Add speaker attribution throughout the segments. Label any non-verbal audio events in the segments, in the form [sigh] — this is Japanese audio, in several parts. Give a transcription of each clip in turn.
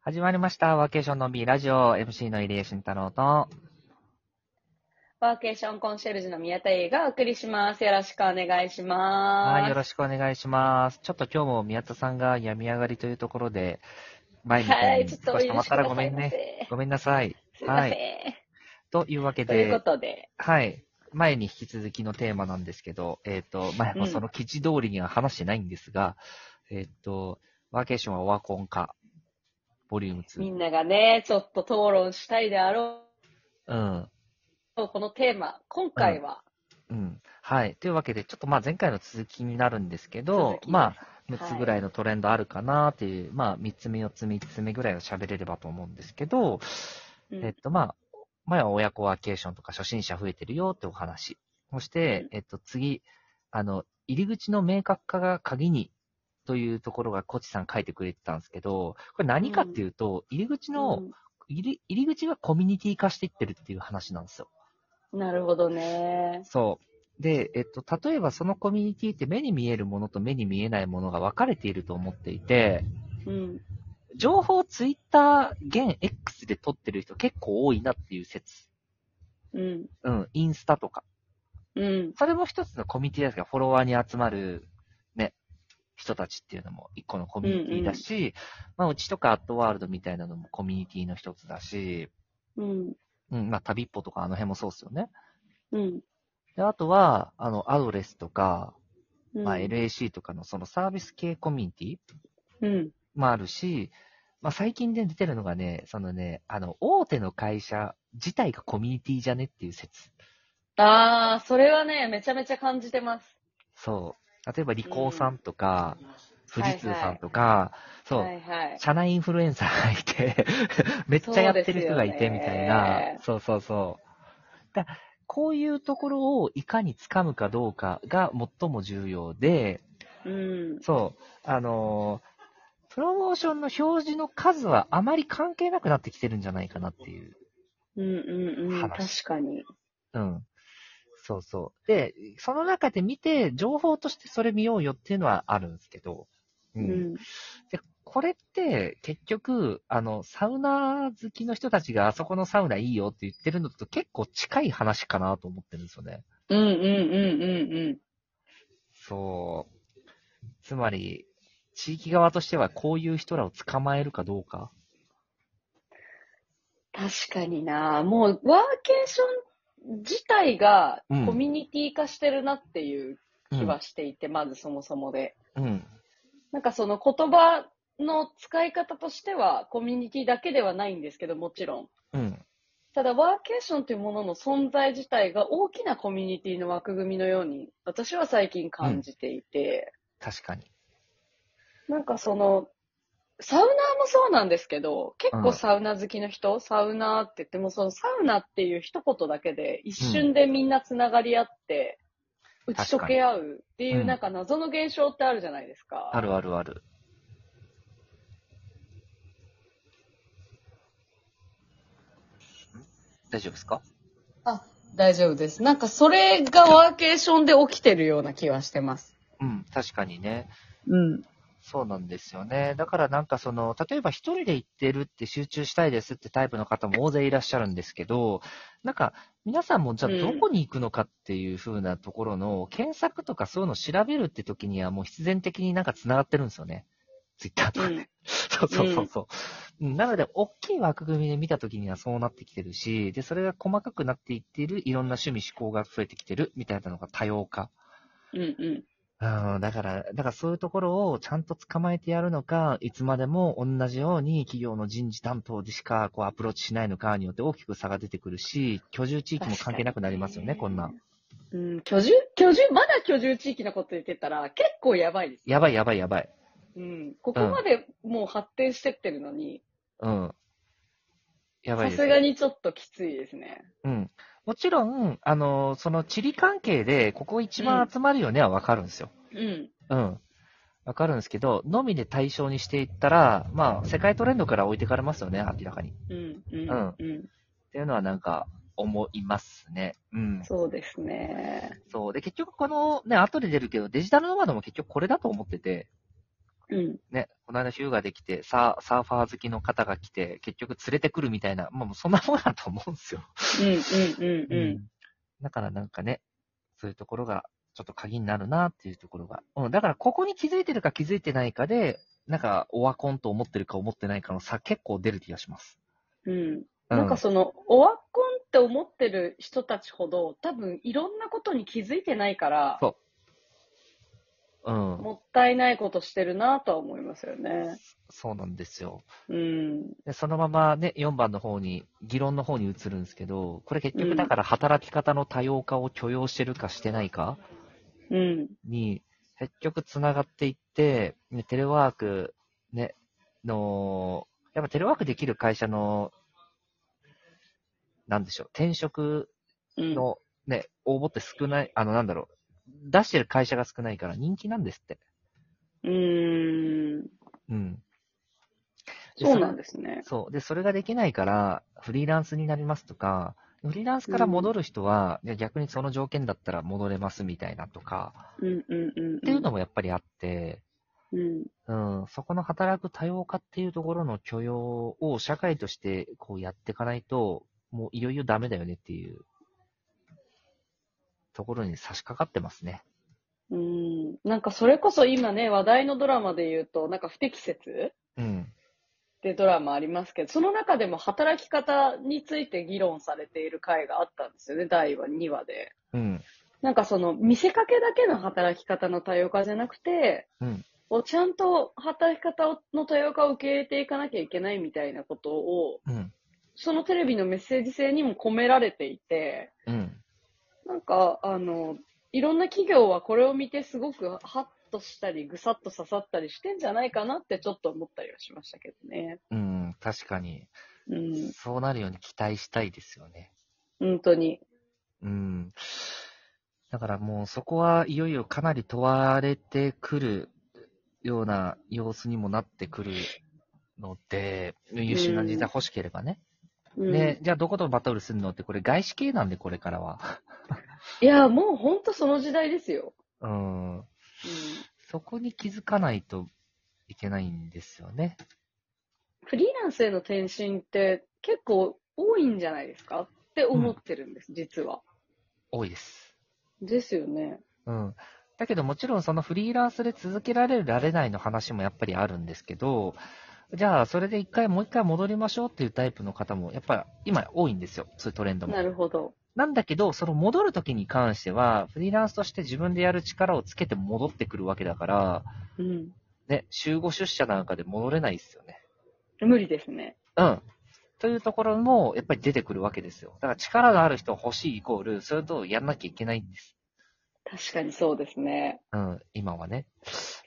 Speaker 1: 始まりました。ワーケーションの B ラジオ、MC の入江慎太郎と、
Speaker 2: ワーケーションコンシェルジュの宮田優がお送りします。よろしくお願いします。
Speaker 1: はい、よろしくお願いします。ちょっと今日も宮田さんが病み上がりというところで、前みた
Speaker 2: はいい、
Speaker 1: に
Speaker 2: ちょっと
Speaker 1: 少
Speaker 2: お
Speaker 1: し
Speaker 2: 許
Speaker 1: 止まっ
Speaker 2: したくだ
Speaker 1: らご
Speaker 2: さい
Speaker 1: めん
Speaker 2: ま
Speaker 1: ね。
Speaker 2: せ
Speaker 1: ごめんなさい。
Speaker 2: すいま
Speaker 1: は
Speaker 2: せん。
Speaker 1: い。というわけ
Speaker 2: というこ
Speaker 1: で、
Speaker 2: とで、
Speaker 1: はい。前に引き続きのテーマなんですけど、えっ、と、前もその記事通りには話してないんですが、えっと、ワーケーションはオワコン化、ボリューム
Speaker 2: み
Speaker 1: 2。
Speaker 2: んながね、ちょっと討論したいであろ
Speaker 1: うん。
Speaker 2: う、このテーマ、今回は、
Speaker 1: うん。はい。というわけで、ちょっとまあ前回の続きになるんですけど
Speaker 2: 続、きです
Speaker 1: まあ、
Speaker 2: はい
Speaker 1: 6つぐらいのトレンドあるかなっていう、まあ、3つ目、4つ目、5つ目ぐらいを喋れればと思うんですけど、
Speaker 2: うん
Speaker 1: えっと、まあ、前は親子ワーケーションとか初心者増えてるよってお話。そして、えっと、次、あの、入り口の明確化が鍵に、というところがコチさん書いてくれてたんですけど、これ何かっていうと、入り口
Speaker 2: う
Speaker 1: の、入り入り口がコミュニティ化していってるっていう話なんですよ。
Speaker 2: んなるほどね。
Speaker 1: そう。で、えっと、例えばそのコミュニティって目に見えるものと目に見えないものが分かれていると思っていて、
Speaker 2: うん。
Speaker 1: 情報をツイッター現 X で撮ってる人結構多いなっていう説。
Speaker 2: うん。
Speaker 1: うん、インスタとか。
Speaker 2: うん。
Speaker 1: それも一つのコミュニティですが、フォロワーに集まる、ね、人たちっていうのも一個のコミュニティだし、まあ、うちとかアットワールドみたいなのもコミュニティの一つだし、
Speaker 2: うん。
Speaker 1: うん、まあ、旅っぽとかあの辺もそうですよね。
Speaker 2: うん。
Speaker 1: で、あとは、あの、アドレスとか、
Speaker 2: うん。
Speaker 1: まあ、LAC とかのそのサービス系コミュニティ
Speaker 2: うん。
Speaker 1: もあるし、まあ、最近で出てるのがね、そのね、あの、大手の会社自体がコミュニティじゃねっていう説。
Speaker 2: あー、それはね、めちゃめちゃ感じてます。
Speaker 1: そう。例えば、リコーさんとか、富士通さんとか、そう、
Speaker 2: はいはい。
Speaker 1: 社内インフルエンサーがいて、 [laughs] めっちゃやってる人がいて
Speaker 2: そう
Speaker 1: み
Speaker 2: です
Speaker 1: た
Speaker 2: よ
Speaker 1: い
Speaker 2: ね
Speaker 1: な、そうそうそう。だこういうところをいかにつかむかどうかが最も重要で、
Speaker 2: うん。
Speaker 1: そう、あのープロモーションの表示の数はあまり関係なくなってきてるんじゃないかなっていう。
Speaker 2: うんうんうん。確
Speaker 1: 話
Speaker 2: かに。
Speaker 1: うん。そうそう。で、その中で見て、情報としてそれ見ようよっていうのはあるんですけど、う
Speaker 2: うん。
Speaker 1: で、これって結局、あの、サウナ好きの人たちがあそこのサウナいいよって言ってるのと結構近い話かなと思ってるんですよね。
Speaker 2: うんうんうんうんうん。
Speaker 1: そう。つまり、地域側としてはこういう人らを捕まえるかどうか。
Speaker 2: 確かになもうワーケーション自体が
Speaker 1: うん
Speaker 2: コミュニティ化してるなっていう
Speaker 1: う
Speaker 2: 気
Speaker 1: ん。
Speaker 2: はしていて、まずそもそもで。
Speaker 1: うん。
Speaker 2: なんかその言葉の使い方としてはコミュニティだけではないんですけど、もちろん。
Speaker 1: うん。
Speaker 2: ただワーケーションというものの存在自体が大きなコミュニティの枠組みのように私は最近感じていて、
Speaker 1: 確かに。
Speaker 2: なんかその、サウナーもそうなんですけど、結
Speaker 1: うん
Speaker 2: 構サウナ好きの人、サウナーって言っても、そのサウナっていう一言だけで、一瞬でみんなつながり合って、打ち解け合うっていう、
Speaker 1: うん
Speaker 2: なんか謎の現象ってあるじゃないですか。
Speaker 1: あるあるある。大丈夫ですか
Speaker 2: 大丈夫です。なんかそれがワーケーションで起きてるような気はしてます。
Speaker 1: うん、確かにね。
Speaker 2: うん。
Speaker 1: そうなんですよね。だからなんかその、例えば一人で行ってるって集中したいですってタイプの方も大勢いらっしゃるんですけど、なんか皆さんもじゃあ
Speaker 2: うん
Speaker 1: どこに行くのかっていう風なところの検索とかそういうのを調べるって時にはもう必然的になんか繋がってるんですよね。ツイッターと
Speaker 2: う
Speaker 1: かね。
Speaker 2: ん。
Speaker 1: そうそうそうそう。うんなので、大きい枠組みで見たときにはそうなってきてるし、で、それが細かくなっていっている、いろんな趣味、思考が増えてきてる、みたいなのが多様化。
Speaker 2: うんうん。
Speaker 1: うん、だから、だからそういうところをちゃんと捕まえてやるのか、いつまでも同じように企業の人事担当でしかこうアプローチしないのかによって大きく差が出てくるし、居住地域も関係なくなりますよね、
Speaker 2: 確
Speaker 1: こ
Speaker 2: か
Speaker 1: ん
Speaker 2: に
Speaker 1: なん。
Speaker 2: うん、居住、居住、まだ居住地域のこと言ってたら結構やばいです。
Speaker 1: やばいやばいやばい。
Speaker 2: うん。ここまでもう発展してってるのに、
Speaker 1: うん。やばいで
Speaker 2: さ
Speaker 1: すす
Speaker 2: が
Speaker 1: よ。
Speaker 2: にちょっときついですね。
Speaker 1: うん。もちろん、あの、その地理関係で、ここ一番集まるよねはわかるんですよ。
Speaker 2: うん。
Speaker 1: うん。わかるんですけど、のみで対象にしていったら、まあ、世界トレンドから置いてかれますよね、明らかに。っ
Speaker 2: うん。うん。
Speaker 1: うん
Speaker 2: うん。
Speaker 1: ていうのはなんか、思いますね。うん。
Speaker 2: そうですね。
Speaker 1: そう。で、結局このね、後で出るけど、デジタルノマドも結局これだと思ってて、
Speaker 2: うん。
Speaker 1: ね、この間ヒューができて、サーサーファー好きの方が来て、結局連れてくるみたいな、まあもうそんなもんだと思うんですよ。
Speaker 2: うんうんうんうん。
Speaker 1: だからなんかね、そういうところが、ちょっと鍵になるなっていうところが。うん、だからここに気づいてるか気づいてないかで、なんか、オワコンと思ってるか思ってないかの差結構出る気がします。
Speaker 2: うん。
Speaker 1: う
Speaker 2: なんかその、オワコンって思ってる人たちほど、多分いろんなことに気づいてないから、
Speaker 1: そううん。
Speaker 2: もったいないことしてるなとは思いますよね。
Speaker 1: そうなんですよ。
Speaker 2: うん。
Speaker 1: で、そのままね、4番の方に、議論の方に移るんですけど、これ結局だから働き方の多様化を許容してるかしてないか
Speaker 2: うん。
Speaker 1: に、結局つながっていって、ね、テレワーク、ね、の、やっぱテレワークできる会社の、なんでしょう、転職
Speaker 2: うん。
Speaker 1: のね、応募って少ない、あの、なんだろう、出してる会社が少ないから人気なんですって。
Speaker 2: うん。
Speaker 1: うん。で
Speaker 2: そうなんですね。
Speaker 1: そう。で、それができないから、フリーランスになりますとか、フリーランスから戻る人は、いや逆にその条件だったら戻れますみたいなとか、
Speaker 2: うんうんうん。っ
Speaker 1: っていうのもやっぱりあって、
Speaker 2: うん。
Speaker 1: うん、そこの働く多様化っていうところの許容を社会としてこうやっていかないと、もういよいよダメだよねっていうところに差し掛かってますね。
Speaker 2: うん。なんかそれこそ今ね、話題のドラマで言うと、なんか不適切
Speaker 1: うん。
Speaker 2: ってドラマありますけど、その中でも働き方について議論されている回があったんですよね、第話、2話で。
Speaker 1: うん。
Speaker 2: なんかその、見せかけだけの働き方の多様化じゃなくて、
Speaker 1: うん
Speaker 2: こうちゃんと働き方の多様化を受け入れていかなきゃいけないみたいなことを、
Speaker 1: うん。
Speaker 2: そのテレビのメッセージ性にも込められていて、
Speaker 1: うん。
Speaker 2: なんか、あの、いろんな企業はこれを見てすごくハッとしたり、ぐさっと刺さったりしてんじゃないかなってちょっと思ったりはしましたけどね。
Speaker 1: うん。確かに。
Speaker 2: うん、
Speaker 1: そうなるように期待したいですよね。
Speaker 2: 本当に。
Speaker 1: うん。だからもうそこはいよいよかなり問われてくるような様子にもなってくるので、優秀な人材欲しければね。
Speaker 2: うん、
Speaker 1: で、じゃあどことバトルするのって、これ外資系なんで、これからは。
Speaker 2: いや、もう本当その時代ですよ。
Speaker 1: うん。そこに気づかないといけないんですよね。
Speaker 2: うん、フリーランスへの転身って結構多いんじゃないですかって思ってるんです、実は。
Speaker 1: 多いです。
Speaker 2: ですよね。
Speaker 1: うん。だけどもちろんそのフリーランスで続けられる、られないの話もやっぱりあるんですけど、じゃあそれで一回もう一回戻りましょうっていうタイプの方もやっぱ今多いんですよ。そういうトレンドも
Speaker 2: な。るほど。
Speaker 1: なんだけど、その戻る時に関しては、フリーランスとして自分でやる力をつけて戻ってくるわけだから、
Speaker 2: うん。
Speaker 1: ね、週5出社なんかで戻れないですよね。
Speaker 2: 無理ですね。
Speaker 1: うん。というところもやっぱり出てくるわけですよ。だから力がある人欲しいイコール、それとやんなきゃいけないんです。
Speaker 2: 確かにそうですね。
Speaker 1: うん、今はね。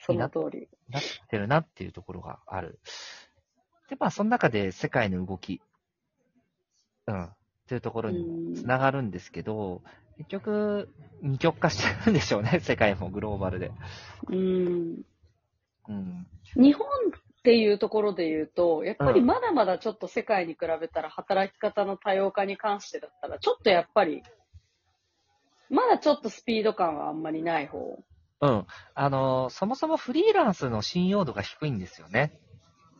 Speaker 2: その通り。
Speaker 1: なってるなっていうところがある。で、まあ、その中で世界の動き、うん、っていうところに
Speaker 2: うん
Speaker 1: つながるんですけど、結局、二極化してるんでしょうね、 [laughs] 世界もグローバルで。
Speaker 2: うん。
Speaker 1: うん。
Speaker 2: 日本っていうところで言うと、やっぱりまだまだちょっと世界に比べたら働き方の多様化に関してだったら、ちょっとやっぱり、まだちょっとスピード感はあんまりない方。
Speaker 1: うん。あの、そもそもフリーランスの信用度が低いんですよね。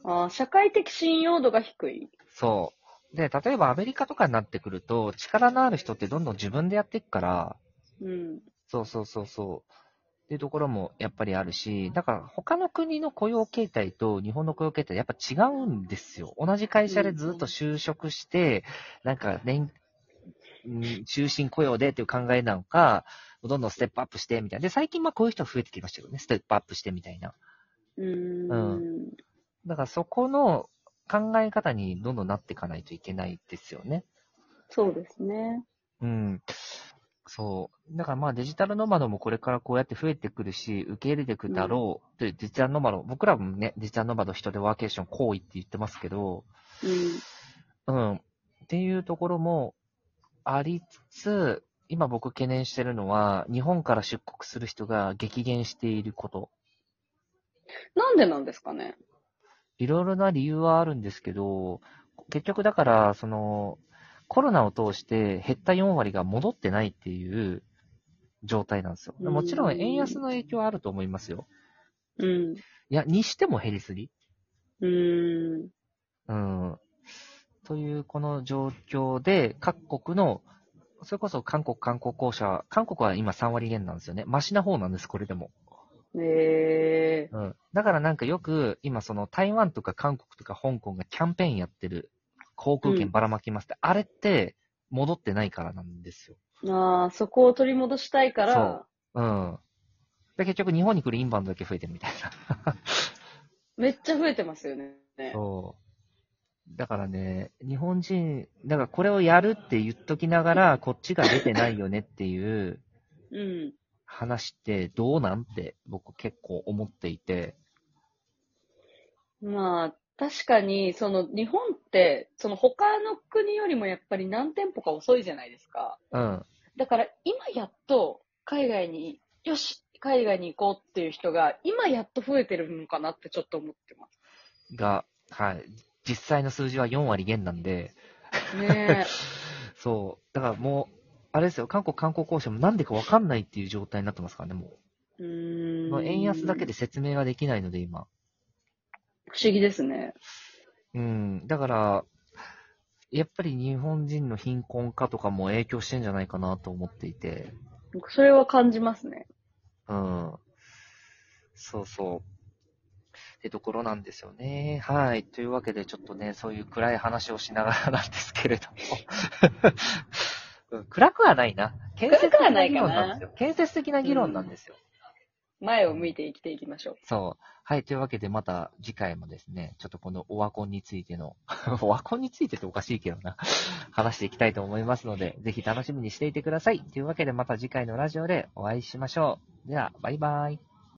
Speaker 2: あー社会的信用度が低い。
Speaker 1: そう。で、例えばアメリカとかになってくると、力のある人ってどんどん自分でやっていくから、
Speaker 2: うん。
Speaker 1: そうそうそうそう。っていうところもやっぱりあるし、だから他の国の雇用形態と日本の雇用形態やっぱ違うんですよ。同じ会社でずっと就職して、なんか年、うん終身雇用でっていう考えなのか、どんどんステップアップしてみたいな。で、最近まあこういう人が増えてきましたよね。ステップアップしてみたいな。
Speaker 2: うー。
Speaker 1: うんだからそこの考え方にどんどんなっていかないといけないですよね。
Speaker 2: そうですね。
Speaker 1: うん。そう。だからまあデジタルノマドもこれからこうやって増えてくるし、受け入れてくだろうというデジタルノマド、僕らもね、デジタルノマド人でワーケーション行為って言ってますけど、
Speaker 2: うん。
Speaker 1: うん。っていうところもありつつ、今僕懸念してるのは、日本から出国する人が激減していること。
Speaker 2: なんでなんですかね。
Speaker 1: いろいろな理由はあるんですけど、結局だから、その、コロナを通して減った4割が戻ってないっていう状態なんですよ。
Speaker 2: うん
Speaker 1: もちろん円安の影響はあると思いますよ。
Speaker 2: うん。
Speaker 1: いや、にしても減りすぎ。
Speaker 2: うん。
Speaker 1: うん。という、この状況で、各国の、それこそ韓国観光公社、韓国は今3割減なんですよね。マシな方なんです、これでも。
Speaker 2: ええ
Speaker 1: うん。だからなんかよく、今その台湾とか韓国とか香港がキャンペーンやってる、航空券ばらまきますって、あれって戻ってないからなんですよ。
Speaker 2: ああ、そこを取り戻したいから、
Speaker 1: うん。で結局日本に来るインバウンドだけ増えてるみたいな。
Speaker 2: めっちゃ増えてますよね。
Speaker 1: そう。だからね、日本人、だからこれをやるって言っときながら、こっちが出てないよねっていう
Speaker 2: うん。
Speaker 1: 話ってどうなんって僕結構思っていて。
Speaker 2: まあ、確かに、その日本って、その他の国よりもやっぱり何店舗か遅いじゃないですか。
Speaker 1: うん。
Speaker 2: だから今やっと海外に、よし、海外に行こうっていう人が今やっと増えてるのかなってちょっと思ってま
Speaker 1: が、はい。実際の数字は4割減なんで、
Speaker 2: す。ね
Speaker 1: [laughs] そう。だからもう、あれですよ、韓国観光公社もなんでかわかんないっていう状態になってますからね、も
Speaker 2: え。う
Speaker 1: う。
Speaker 2: ー。
Speaker 1: もうん円安だけで説明ができないので、今。
Speaker 2: 不思議ですね。
Speaker 1: うん、だから、やっぱり日本人の貧困化とかも影響してんじゃないかなと思っていて、
Speaker 2: 僕それは感じますね。
Speaker 1: うん。そうそう。ってところなんですよね。はい。というわけで、ちょっとね、そういう暗い話をしながらなんですけれど [laughs] も。うん暗くはないな。建設的な議論なんですよ。建設的な議論なんですよ。
Speaker 2: 前を向いて生きていきましょう。
Speaker 1: そう。はい。というわけで、また次回もですね、ちょっとこのオワコンについての、 [laughs] オワコンについてっておかしいけどな、 [laughs] 話していきたいと思いますので、ぜひ楽しみにしていてください。というわけで、また次回のラジオでお会いしましょう。では、バイバイ。